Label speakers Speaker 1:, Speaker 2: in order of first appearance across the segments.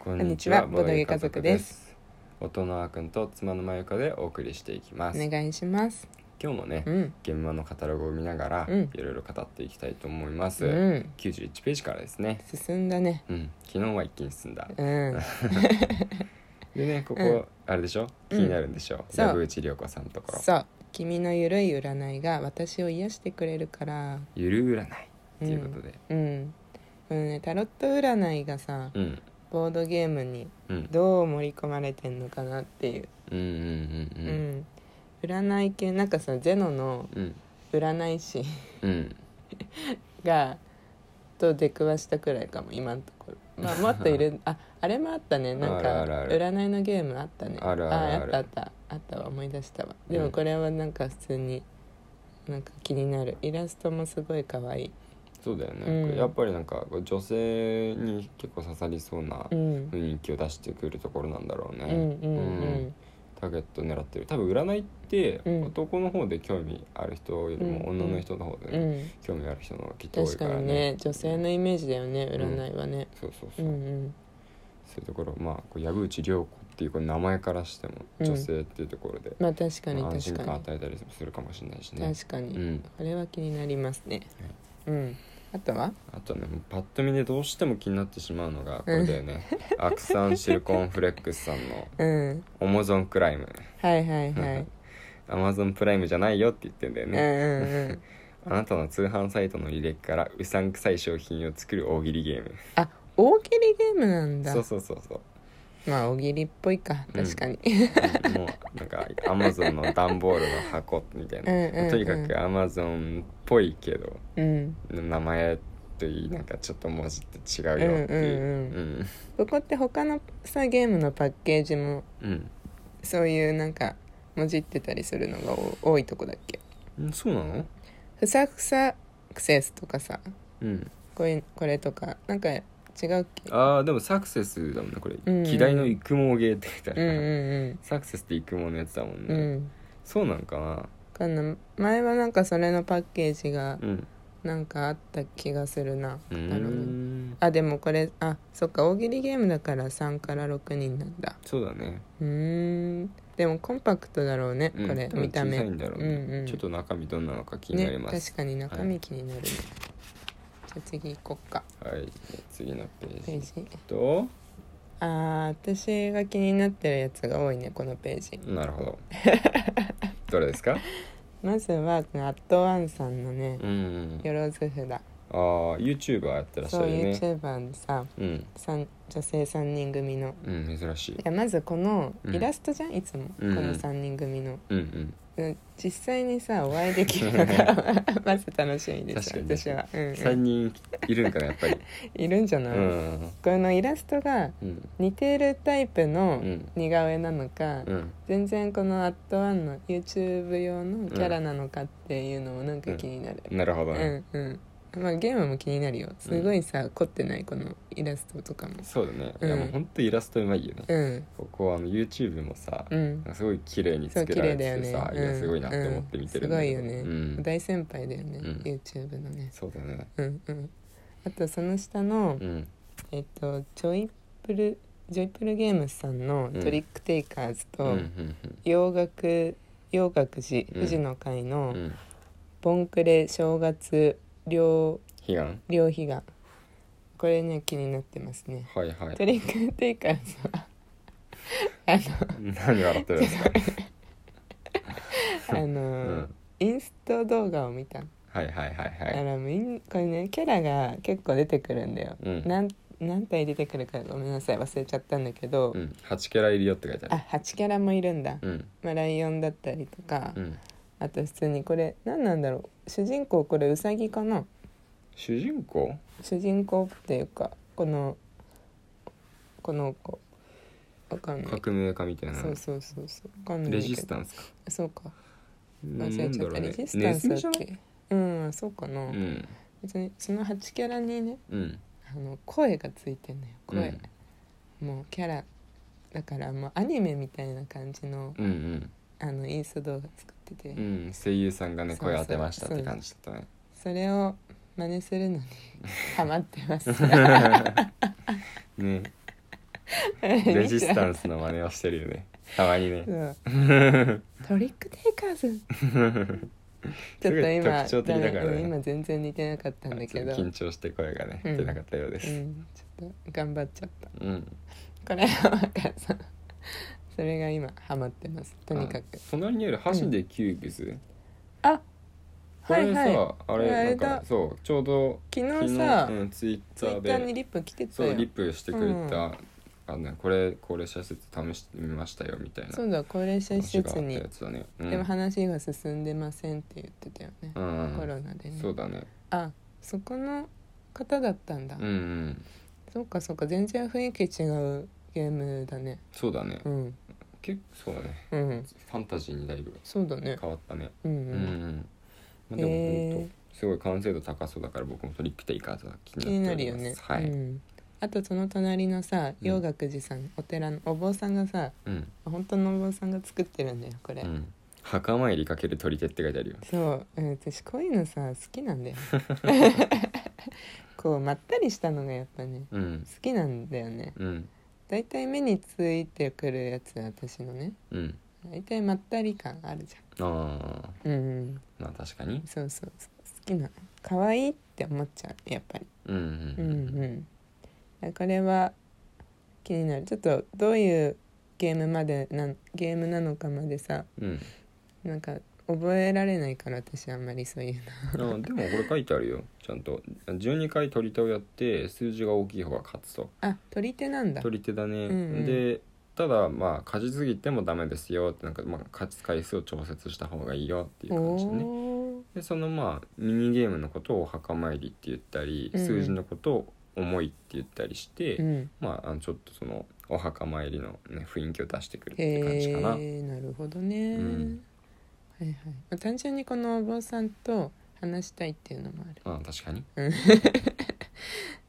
Speaker 1: こ
Speaker 2: んにちはボドゲ家族です
Speaker 1: 音のあくんと妻のまゆかでお送りしていきます、
Speaker 2: お願いします
Speaker 1: 今日もね、
Speaker 2: うん
Speaker 1: 現場のカタログを見ながら
Speaker 2: うん
Speaker 1: いろいろ語っていきたいと思います、
Speaker 2: うん
Speaker 1: 91ページからですね
Speaker 2: 進んだね
Speaker 1: うん昨日は一気に進んだ
Speaker 2: うん
Speaker 1: でねここ、
Speaker 2: うん
Speaker 1: あれでしょ気になるんでしょ、う
Speaker 2: そう
Speaker 1: 矢口涼子さんのところ
Speaker 2: そう君のゆるい占いが私を癒してくれるから
Speaker 1: ゆる占いっていうことで
Speaker 2: うんこのねタロット占いがさ
Speaker 1: うん
Speaker 2: ボードゲームに
Speaker 1: うん
Speaker 2: どう盛り込まれてんのかなっていう
Speaker 1: うんうんう
Speaker 2: う、
Speaker 1: んん
Speaker 2: 占い系なんかさゼノの
Speaker 1: うんうん
Speaker 2: 占い師
Speaker 1: うん
Speaker 2: がと出くわしたくらいかも今のと ころまあもっといるああれもあったねなんか
Speaker 1: あるあるある
Speaker 2: 占いのゲームあったね
Speaker 1: あるあるある
Speaker 2: ああったあったあったわ思い出したわ
Speaker 1: うん
Speaker 2: でもこれはなんか普通になんか気になるイラストもすごい可愛い
Speaker 1: そうだよね、
Speaker 2: うん
Speaker 1: やっぱりなんか女性に結構刺さりそうな
Speaker 2: うん、
Speaker 1: 雰囲気を出してくるところなんだろうね、
Speaker 2: うんうん
Speaker 1: うんターゲット狙ってる多分占いって
Speaker 2: うん
Speaker 1: 男の方で興味ある人よりも
Speaker 2: うんうん
Speaker 1: 女の人の方で
Speaker 2: うんう
Speaker 1: ね、
Speaker 2: ん
Speaker 1: 興味ある人の方がきっと多い
Speaker 2: 確
Speaker 1: か
Speaker 2: からに
Speaker 1: ね
Speaker 2: ね女性のイメージだよね占いはね
Speaker 1: そうそう
Speaker 2: う
Speaker 1: そう、
Speaker 2: んう
Speaker 1: そ
Speaker 2: ん
Speaker 1: ういうところまあこう矢口涼子っていうこの名前からしても
Speaker 2: うん
Speaker 1: 女性っていうところで、
Speaker 2: まあ確かに
Speaker 1: まあ安心
Speaker 2: 確
Speaker 1: 感
Speaker 2: か
Speaker 1: 与えたりもするかもしれないし
Speaker 2: に
Speaker 1: ね
Speaker 2: 確か
Speaker 1: う
Speaker 2: に
Speaker 1: ん
Speaker 2: あれは気になりますねうんあとは
Speaker 1: あとねパッと見でどうしても気になってしまうのがこれだよ ね、アクサンシリコンフレックスさんの
Speaker 2: うん
Speaker 1: 「オモゾンクライム」
Speaker 2: はいはいはい
Speaker 1: アマゾンプライムじゃないよって言ってんだよ
Speaker 2: う
Speaker 1: ね
Speaker 2: ん、うんうん
Speaker 1: あなたの通販サイトの履歴からうさんくさい商品を作る大喜利ゲーム
Speaker 2: あ大喜利ゲームなんだ
Speaker 1: そうそうそうそう
Speaker 2: まあ大喜利っぽいか
Speaker 1: うん
Speaker 2: 確かに、
Speaker 1: うんもうなんかアマゾンの段ボールの箱みたいな
Speaker 2: うんうんうん
Speaker 1: とにかくアマゾンっぽいけど
Speaker 2: うん
Speaker 1: 名前といいなんかちょっと文字って違うよっていううん
Speaker 2: そこって他のさゲームのパッケージも
Speaker 1: うん、
Speaker 2: そういうなんかもじってたりするのがお多いとこだっけ
Speaker 1: うんそうなの
Speaker 2: ふさふさクセスとかさ
Speaker 1: うん
Speaker 2: これこれとかなんか違うっけ
Speaker 1: あーでもサクセスだもんねこれ
Speaker 2: んう
Speaker 1: 「
Speaker 2: ん
Speaker 1: 希代の育毛芸」って言った
Speaker 2: うん
Speaker 1: ら、
Speaker 2: う
Speaker 1: サクセスって育毛のやつだもん
Speaker 2: んう
Speaker 1: ね、
Speaker 2: んうん
Speaker 1: そうなんかな
Speaker 2: この前はなんかそれのパッケージが
Speaker 1: うん
Speaker 2: なんかあった気がするな、
Speaker 1: う
Speaker 2: なるほど
Speaker 1: ん
Speaker 2: あでもこれあそっか大喜利ゲームだから3から6人なんだ
Speaker 1: そうだね、
Speaker 2: うーんでもコンパクトだろうね、
Speaker 1: うん、
Speaker 2: これ
Speaker 1: 多分
Speaker 2: 見た目
Speaker 1: 小さいんだろうね、
Speaker 2: うんうん
Speaker 1: ちょっと中身どんなのか気になりま
Speaker 2: ね、
Speaker 1: す、
Speaker 2: 確かに中身気になるね、じゃあ次行こっか
Speaker 1: はいじゃあ次のペ
Speaker 2: ペ
Speaker 1: ー
Speaker 2: ー
Speaker 1: ジ
Speaker 2: ジ
Speaker 1: と
Speaker 2: あー私が気になってるやつが多いねこのページ
Speaker 1: なるほ どどれですか
Speaker 2: まずはアットワンさんのね
Speaker 1: うんうん
Speaker 2: よろず札
Speaker 1: ああ YouTuber やってらっし
Speaker 2: そ
Speaker 1: ゃ
Speaker 2: う
Speaker 1: るね
Speaker 2: YouTuber でさ
Speaker 1: うん
Speaker 2: さん女性3人組の
Speaker 1: うん珍しい
Speaker 2: いやまずこの
Speaker 1: うん
Speaker 2: イラストじゃん、いつも、
Speaker 1: うん
Speaker 2: この3人組の
Speaker 1: うん
Speaker 2: うん実際にさお会いできるの が まず楽しみです
Speaker 1: 確かに
Speaker 2: 私は、うんう
Speaker 1: うん
Speaker 2: ん
Speaker 1: 3人いるんかなやっ ぱり
Speaker 2: いるんじゃ
Speaker 1: う
Speaker 2: ない、
Speaker 1: ん
Speaker 2: このイラストが
Speaker 1: うん
Speaker 2: 似てるタイプ
Speaker 1: う
Speaker 2: の
Speaker 1: ん
Speaker 2: 似顔絵なのか、
Speaker 1: うん
Speaker 2: 全然この「アットワンの YouTube 用のキャラなのかっていうのもなんか気になる
Speaker 1: なるほ
Speaker 2: う
Speaker 1: ど
Speaker 2: ん
Speaker 1: ね、
Speaker 2: うん、まあゲームも気になるよすごいさ凝ってないこのイラストとかも
Speaker 1: そうだね、
Speaker 2: うん
Speaker 1: いやもうほんとイラストうまいよね、
Speaker 2: うん
Speaker 1: ここあの YouTube もさ、
Speaker 2: うん
Speaker 1: すごい綺麗に
Speaker 2: そう
Speaker 1: 作
Speaker 2: 綺
Speaker 1: られ
Speaker 2: 麗
Speaker 1: て
Speaker 2: だよ
Speaker 1: て
Speaker 2: ね
Speaker 1: さ、いや
Speaker 2: うん
Speaker 1: すごいなって思って見てるんだけど、
Speaker 2: うんすごいよね、
Speaker 1: うん、
Speaker 2: 大先輩だよね、
Speaker 1: うん
Speaker 2: YouTube のね
Speaker 1: そうだね
Speaker 2: うんうんあとその下の、
Speaker 1: うん
Speaker 2: えっとジョイプルジョイプルゲームズさんの
Speaker 1: うん
Speaker 2: トリックテイカーズ
Speaker 1: うん
Speaker 2: と、
Speaker 1: うん
Speaker 2: 洋楽洋楽寺
Speaker 1: うん
Speaker 2: 富士の会
Speaker 1: う
Speaker 2: の
Speaker 1: んうん
Speaker 2: ボンクレ正月両
Speaker 1: 悲願
Speaker 2: 両悲願これね気になってますね
Speaker 1: はいはい
Speaker 2: トリックテイカーズはあの
Speaker 1: 何笑ってるんですか
Speaker 2: あの、
Speaker 1: うん
Speaker 2: インスト動画を見たの
Speaker 1: はいはいはい
Speaker 2: あ
Speaker 1: はい
Speaker 2: のみんこれねキャラが結構出てくるんだよ、
Speaker 1: うん
Speaker 2: なん何体出てくるかごめんなさい忘れちゃったんだけど、
Speaker 1: うん八キャラ入りよって書いてある
Speaker 2: あ8キャラもいるんだ、
Speaker 1: うん
Speaker 2: まあ、ライオンだったりとか、
Speaker 1: うん
Speaker 2: あと普通にこれ何なんだろう主人公これウサギかな
Speaker 1: 主人公
Speaker 2: 主人公っていうかこのこの子わかんない
Speaker 1: 革命家みたいな
Speaker 2: そうそうそうそうわかんないんだ
Speaker 1: レ
Speaker 2: けど
Speaker 1: ジスタンスか
Speaker 2: そうか
Speaker 1: な
Speaker 2: 忘れ
Speaker 1: ん
Speaker 2: ち
Speaker 1: だろ
Speaker 2: ゃっ
Speaker 1: う
Speaker 2: た、
Speaker 1: ね
Speaker 2: レジスタ
Speaker 1: ネ
Speaker 2: ン
Speaker 1: ズ
Speaker 2: スだ
Speaker 1: ミ
Speaker 2: っ
Speaker 1: じゃない
Speaker 2: けうんそうかな、
Speaker 1: うん
Speaker 2: 別にその8キャラにね
Speaker 1: うん
Speaker 2: あの声がついてんのよ声、もうキャラだからもうアニメみたいな感じの
Speaker 1: うん
Speaker 2: あのインスタ動画作ってて、
Speaker 1: うんうん声優さんがね
Speaker 2: そうそう
Speaker 1: 声当てましたって感じだったね
Speaker 2: それを 真似するのにハマってます
Speaker 1: ね レジスタンスの真似をしてるよねたまにね
Speaker 2: そうトリックテイカーズちょっと今
Speaker 1: 特徴的だからね
Speaker 2: うん今全然似てなかったんだけど、
Speaker 1: 緊張して声がね、
Speaker 2: うん
Speaker 1: 出なかったようで
Speaker 2: う
Speaker 1: す
Speaker 2: ん、ちょっと頑張っちゃった
Speaker 1: うん、
Speaker 2: これはだからさ それが今ハマってますとにかく
Speaker 1: あ隣にある箸でキュービス、
Speaker 2: あ
Speaker 1: これさ、
Speaker 2: はいはい
Speaker 1: あ
Speaker 2: こ
Speaker 1: れ
Speaker 2: れあ
Speaker 1: な
Speaker 2: れ
Speaker 1: ん
Speaker 2: だ
Speaker 1: かそうちょうど
Speaker 2: 昨日さ
Speaker 1: うん、ツイッタ
Speaker 2: ツイ
Speaker 1: ー
Speaker 2: ッター
Speaker 1: で
Speaker 2: にリップ来てた
Speaker 1: そ
Speaker 2: よ
Speaker 1: うリップしてくれ
Speaker 2: うん
Speaker 1: た、あのこれ高齢者施設試してみましたよみたいな
Speaker 2: そうだ高齢者
Speaker 1: 話
Speaker 2: 施
Speaker 1: があっ
Speaker 2: 設
Speaker 1: た
Speaker 2: に
Speaker 1: やつだね、うん、
Speaker 2: でも話が進んでませんって言ってたよね、
Speaker 1: うんうん
Speaker 2: コロナでね
Speaker 1: そうだね
Speaker 2: あそこの方だったんだ、
Speaker 1: うんうん
Speaker 2: そうかそうか全然雰囲気違うゲームだね
Speaker 1: そうだね、
Speaker 2: うん
Speaker 1: 結構そうだね
Speaker 2: うん
Speaker 1: ファンタジーにだいぶ
Speaker 2: そうだね
Speaker 1: 変わったね
Speaker 2: うん
Speaker 1: う
Speaker 2: うんん、
Speaker 1: うん、まあ、でも本当すごい完成度高そうだから僕もトリックテイカーズは気
Speaker 2: 気に
Speaker 1: にな
Speaker 2: な
Speaker 1: っ
Speaker 2: る
Speaker 1: て
Speaker 2: よ
Speaker 1: おり
Speaker 2: ね
Speaker 1: ます、はい、
Speaker 2: う
Speaker 1: うん
Speaker 2: ん、あとその隣のさ
Speaker 1: うん
Speaker 2: 洋楽寺さん、お寺のお坊さんがさ
Speaker 1: うん
Speaker 2: 本当のお坊さんが作ってるんだよこれ、
Speaker 1: 墓参りかける取り手って書いてあるよ
Speaker 2: そう、うん、私こういうのさ好きなんだよ こうまったりしたのがやっぱね
Speaker 1: うん
Speaker 2: 好きなんだよね
Speaker 1: うん
Speaker 2: だいたい目についてくるやつ私のね
Speaker 1: うん
Speaker 2: だいたいまったり感あるじ
Speaker 1: あ
Speaker 2: ゃんうんうん
Speaker 1: あまあ確かに
Speaker 2: そうそうそう好きな可愛いって思っちゃうやっぱり
Speaker 1: うん
Speaker 2: う
Speaker 1: うんん
Speaker 2: うんこれは気になるちょっとどういうゲームまでなんゲームなのかまでさ
Speaker 1: うん、
Speaker 2: なんか覚えられないから私あんまりそういう
Speaker 1: あでもこれ書いてあるよちゃんと12回取り手をやって数字が大きい方が勝つと
Speaker 2: のあ取り手なんだ
Speaker 1: 取り手だね、
Speaker 2: うんうん
Speaker 1: でただまあ勝ちすぎてもダメですよってなんかまあ勝ち回数を調節した方がいいよっていう感じでね
Speaker 2: お
Speaker 1: でそのまあミニゲームのことをお墓参りって言ったり、
Speaker 2: うん
Speaker 1: 数字のことを思いって言ったりして、
Speaker 2: ーうん
Speaker 1: まああのちょっとそのお墓参りの、ね、雰囲気を出してくるっていう感
Speaker 2: へ
Speaker 1: じかな。
Speaker 2: えなるほどね、
Speaker 1: うん
Speaker 2: はいはいまあ単純にこのお坊さんと話したいっていうのもある、
Speaker 1: あ確かに、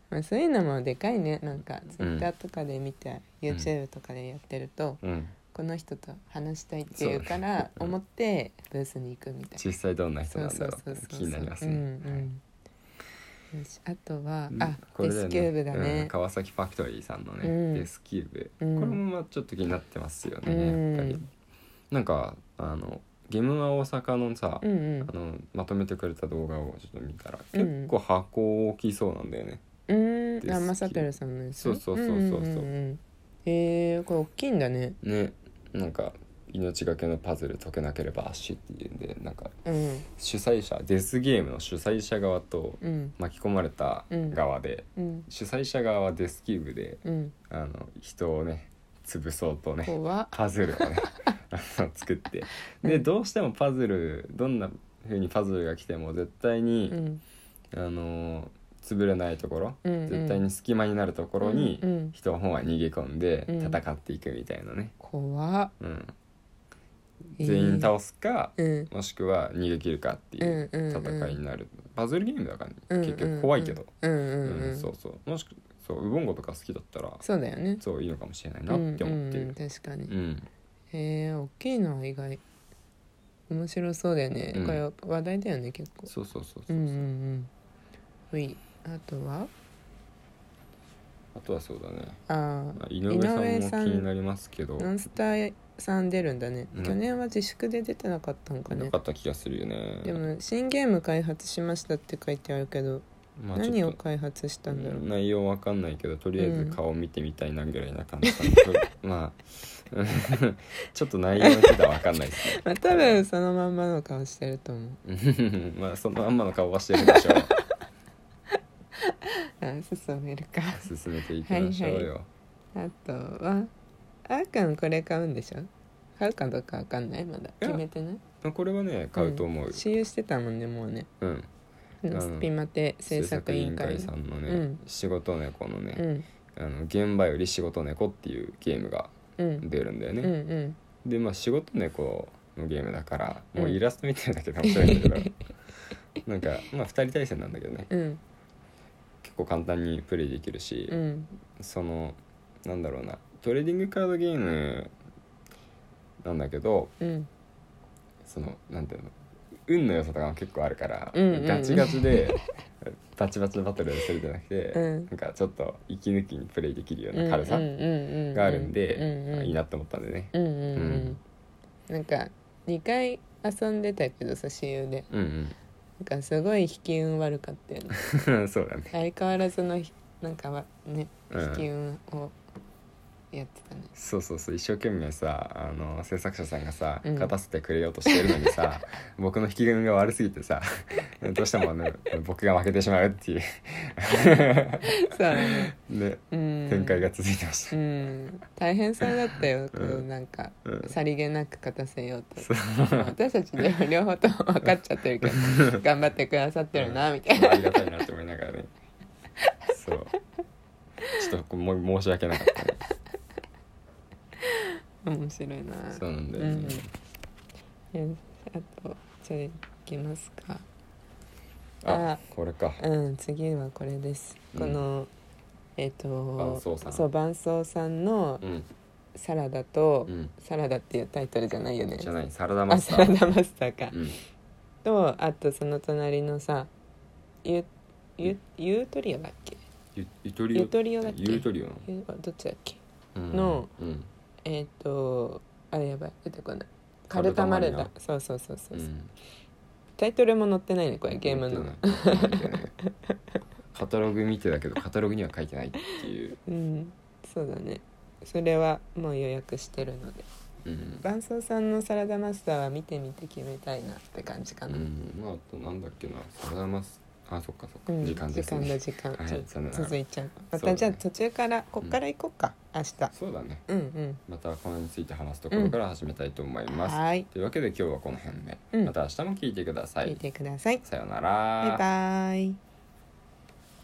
Speaker 2: まあ、そういうのもでかいねなんか
Speaker 1: うん
Speaker 2: Twitter とかで見て、YouTube とかでやってると、
Speaker 1: うん、
Speaker 2: この人と話したいっていうから
Speaker 1: そう
Speaker 2: 思ってブースに行くみたいな
Speaker 1: 実際どんな人
Speaker 2: そ
Speaker 1: な
Speaker 2: う
Speaker 1: だ
Speaker 2: んそう
Speaker 1: ろ
Speaker 2: そうう
Speaker 1: っ
Speaker 2: そ
Speaker 1: て
Speaker 2: う
Speaker 1: 気になりますね。
Speaker 2: うん
Speaker 1: はい
Speaker 2: うんよしあとは
Speaker 1: うん
Speaker 2: あ
Speaker 1: こ
Speaker 2: デ
Speaker 1: れ
Speaker 2: スキューブだ
Speaker 1: うん
Speaker 2: ね
Speaker 1: 川崎ファクトリーさんのね、
Speaker 2: うん
Speaker 1: デスキューブ、
Speaker 2: うん
Speaker 1: これもまあちょっと気になってますよね、
Speaker 2: うん
Speaker 1: やっぱりなんかあのゲムマ大阪のさ、
Speaker 2: うんうん
Speaker 1: あのまとめてくれた動画をちょっと見たら、
Speaker 2: うん
Speaker 1: 結構箱大きそうなんだよね
Speaker 2: う
Speaker 1: デスキュ
Speaker 2: ーん
Speaker 1: ー
Speaker 2: あ
Speaker 1: ブ
Speaker 2: マサテルさんのやつ
Speaker 1: そうそうそうそうそうん
Speaker 2: んんんへえこれ大きいんだね
Speaker 1: ねなんか命がけのパズル解けなければ足っていうんでなんか
Speaker 2: うん
Speaker 1: 主催者デスゲームの主催者側と
Speaker 2: うん
Speaker 1: 巻き込まれた側で、
Speaker 2: うん
Speaker 1: 主催者側はデスキューブで
Speaker 2: うん
Speaker 1: あの人をね潰そうとね
Speaker 2: 怖
Speaker 1: パズルを ねあの作ってでどうしてもパズルどんな風にパズルが来ても絶対
Speaker 2: う
Speaker 1: に、
Speaker 2: ん
Speaker 1: あの潰れないところ、
Speaker 2: うんうん
Speaker 1: 絶対に隙間になるところに、
Speaker 2: うんうん
Speaker 1: 人の方は逃げ込んで
Speaker 2: うん
Speaker 1: 戦っていくみたいなね、
Speaker 2: 怖
Speaker 1: うん、
Speaker 2: えー
Speaker 1: 全員倒すか、
Speaker 2: うん
Speaker 1: もしくは逃げ切るかっていう
Speaker 2: うんうんうん
Speaker 1: 戦いになる、パズルゲームだから、ね
Speaker 2: うんうんうん
Speaker 1: 結局怖いけど、
Speaker 2: うん
Speaker 1: う
Speaker 2: うんうん
Speaker 1: そうそうもしくそうウボンゴとか好きだったら
Speaker 2: そうだよね
Speaker 1: そういいのかもしれないなって思って
Speaker 2: うんうんうん
Speaker 1: る
Speaker 2: 確かに
Speaker 1: うん、
Speaker 2: へえ大きいのは意外面白そうだよね、
Speaker 1: うん
Speaker 2: これ話題だよね結構
Speaker 1: そうそうそう
Speaker 2: う
Speaker 1: そう、
Speaker 2: んうんうんほいあとは
Speaker 1: あとはそうだね、
Speaker 2: あ
Speaker 1: ま
Speaker 2: あ
Speaker 1: あ、井上さんも
Speaker 2: 井上
Speaker 1: 気
Speaker 2: さん
Speaker 1: になりますけど
Speaker 2: ノンスターさん出るんだね、
Speaker 1: うん
Speaker 2: 去年は自粛で出てなかったのかね
Speaker 1: なかった気がするよね
Speaker 2: でも新ゲーム開発しましたって書いてあるけど、
Speaker 1: まあちょっと
Speaker 2: 何を開発したんだろう、
Speaker 1: 内容わかんないけどとりあえず顔見てみたいなぐらいな感じなの で、まあうんちょっと内容のことはわかんないです
Speaker 2: まあ、多分そのまんまの顔してると思う
Speaker 1: ねまあそのまんまの顔はしてるでしょう
Speaker 2: あ進めるか
Speaker 1: 進めていきましょうよ、
Speaker 2: はいはあとはあーくんこれ買うんでしょ買うかどうかわかんないまだ
Speaker 1: や
Speaker 2: 決めてない
Speaker 1: まあこれはね買うと思う、
Speaker 2: 私有してたもんねもうね
Speaker 1: うん
Speaker 2: あ
Speaker 1: うん
Speaker 2: のスピマテ制作委員会
Speaker 1: 制作委員会さんのね、
Speaker 2: うん
Speaker 1: 仕事猫の
Speaker 2: う
Speaker 1: ね、
Speaker 2: ん
Speaker 1: あの現場より仕事猫っていうゲームが
Speaker 2: うん
Speaker 1: 出るんだよ
Speaker 2: う
Speaker 1: ね、
Speaker 2: んうん
Speaker 1: でまあ仕事猫のゲームだから
Speaker 2: うん
Speaker 1: もうイラスト見てるだけで面白いんだ けどなんかまあ2人対戦なんだけどね
Speaker 2: うん
Speaker 1: 結構簡単にプレイできるし、
Speaker 2: うん
Speaker 1: そのなんだろうなトレーディングカードゲームなんだけど
Speaker 2: うん
Speaker 1: そのなんていうの運の良さとかも結構あるから、
Speaker 2: うんうん
Speaker 1: ガチガチでバチバチのバトルをするじゃなくて、
Speaker 2: うん
Speaker 1: なんかちょっと息抜きにプレイできるよう
Speaker 2: うん
Speaker 1: な軽さ
Speaker 2: うんうんうん
Speaker 1: があるんで、
Speaker 2: うんうん
Speaker 1: あいいなと思ったんでね
Speaker 2: うんうんうん
Speaker 1: うん
Speaker 2: なんか2回遊んでたけどさ私有で
Speaker 1: うん
Speaker 2: なんかすごい引き運悪かったよ ね
Speaker 1: うんそうだね
Speaker 2: 相変わらずのひなんかはね
Speaker 1: うん
Speaker 2: 引き運をやって たね、
Speaker 1: そうそうそう一生懸命さあの制作者さんがさ
Speaker 2: うん
Speaker 1: 勝たせてくれようとしてるのに さ、僕の引き組が悪すぎてさどうしても、ね、僕が負けてしまうって いう
Speaker 2: そうだね
Speaker 1: ね
Speaker 2: うん
Speaker 1: 展開が続いてました
Speaker 2: う、ん大変そうだったよ、こう
Speaker 1: うん
Speaker 2: なんか
Speaker 1: うん
Speaker 2: さりげなく勝たせようと
Speaker 1: そう
Speaker 2: 私たちでも両方とも分かっちゃってるけ ど頑張ってくださってるなみたいな
Speaker 1: ありがたいなって思いながら ねそうちょっともう申し訳なかったね
Speaker 2: 面白いな
Speaker 1: そうなんだよね、
Speaker 2: えあとじゃあいきますか
Speaker 1: あ
Speaker 2: あ
Speaker 1: これか
Speaker 2: うん次はこれです、
Speaker 1: うん
Speaker 2: このえっ、
Speaker 1: 伴奏
Speaker 2: と
Speaker 1: さん
Speaker 2: そう伴奏さんの
Speaker 1: うん
Speaker 2: 「サラダ」と
Speaker 1: うん
Speaker 2: 「サラダ」っていうタイトルじゃないよね
Speaker 1: じゃないサラダマ
Speaker 2: あ
Speaker 1: ス
Speaker 2: サ
Speaker 1: タ
Speaker 2: ラ
Speaker 1: ー
Speaker 2: ダマスターか、
Speaker 1: うん
Speaker 2: とあとその隣のさゆゆゆうとりおだっけ
Speaker 1: ゆゆとり
Speaker 2: ゆ
Speaker 1: お
Speaker 2: とりおだっけ
Speaker 1: ゆとりおの
Speaker 2: ゆどっちだっけ
Speaker 1: うん
Speaker 2: の
Speaker 1: うん
Speaker 2: えっ、とあれやばい出てこないカルタマル
Speaker 1: カル
Speaker 2: ダそうそうそうそう、
Speaker 1: うん
Speaker 2: タイトルも載ってないねこれゲームの
Speaker 1: 見てない見てない カタログ見てたけどカタログには書いてないっていう、
Speaker 2: うんそうだねそれはもう予約してるので
Speaker 1: うん
Speaker 2: 伴奏さんのサラダマスターは見てみて決めたいなって感じか
Speaker 1: う
Speaker 2: な、
Speaker 1: ん、まああとなんだっけなサラダマスあそっかそっか、
Speaker 2: うん
Speaker 1: 時間ですね
Speaker 2: 時間だ
Speaker 1: はい
Speaker 2: 時間ち
Speaker 1: さ
Speaker 2: ょ
Speaker 1: よ
Speaker 2: っ
Speaker 1: な
Speaker 2: と
Speaker 1: ら
Speaker 2: 続いちゃう
Speaker 1: そうだ
Speaker 2: また
Speaker 1: ね
Speaker 2: じゃあ途中からこっから行こうか、明日
Speaker 1: そうだね
Speaker 2: うん
Speaker 1: またこれについて話すところから始めたいと思い
Speaker 2: うん
Speaker 1: ます、
Speaker 2: はーい
Speaker 1: というわけで今日はこの辺で、
Speaker 2: うん
Speaker 1: また明日も聞いてくださ
Speaker 2: 見
Speaker 1: い
Speaker 2: てください
Speaker 1: さようなら
Speaker 2: バイバイ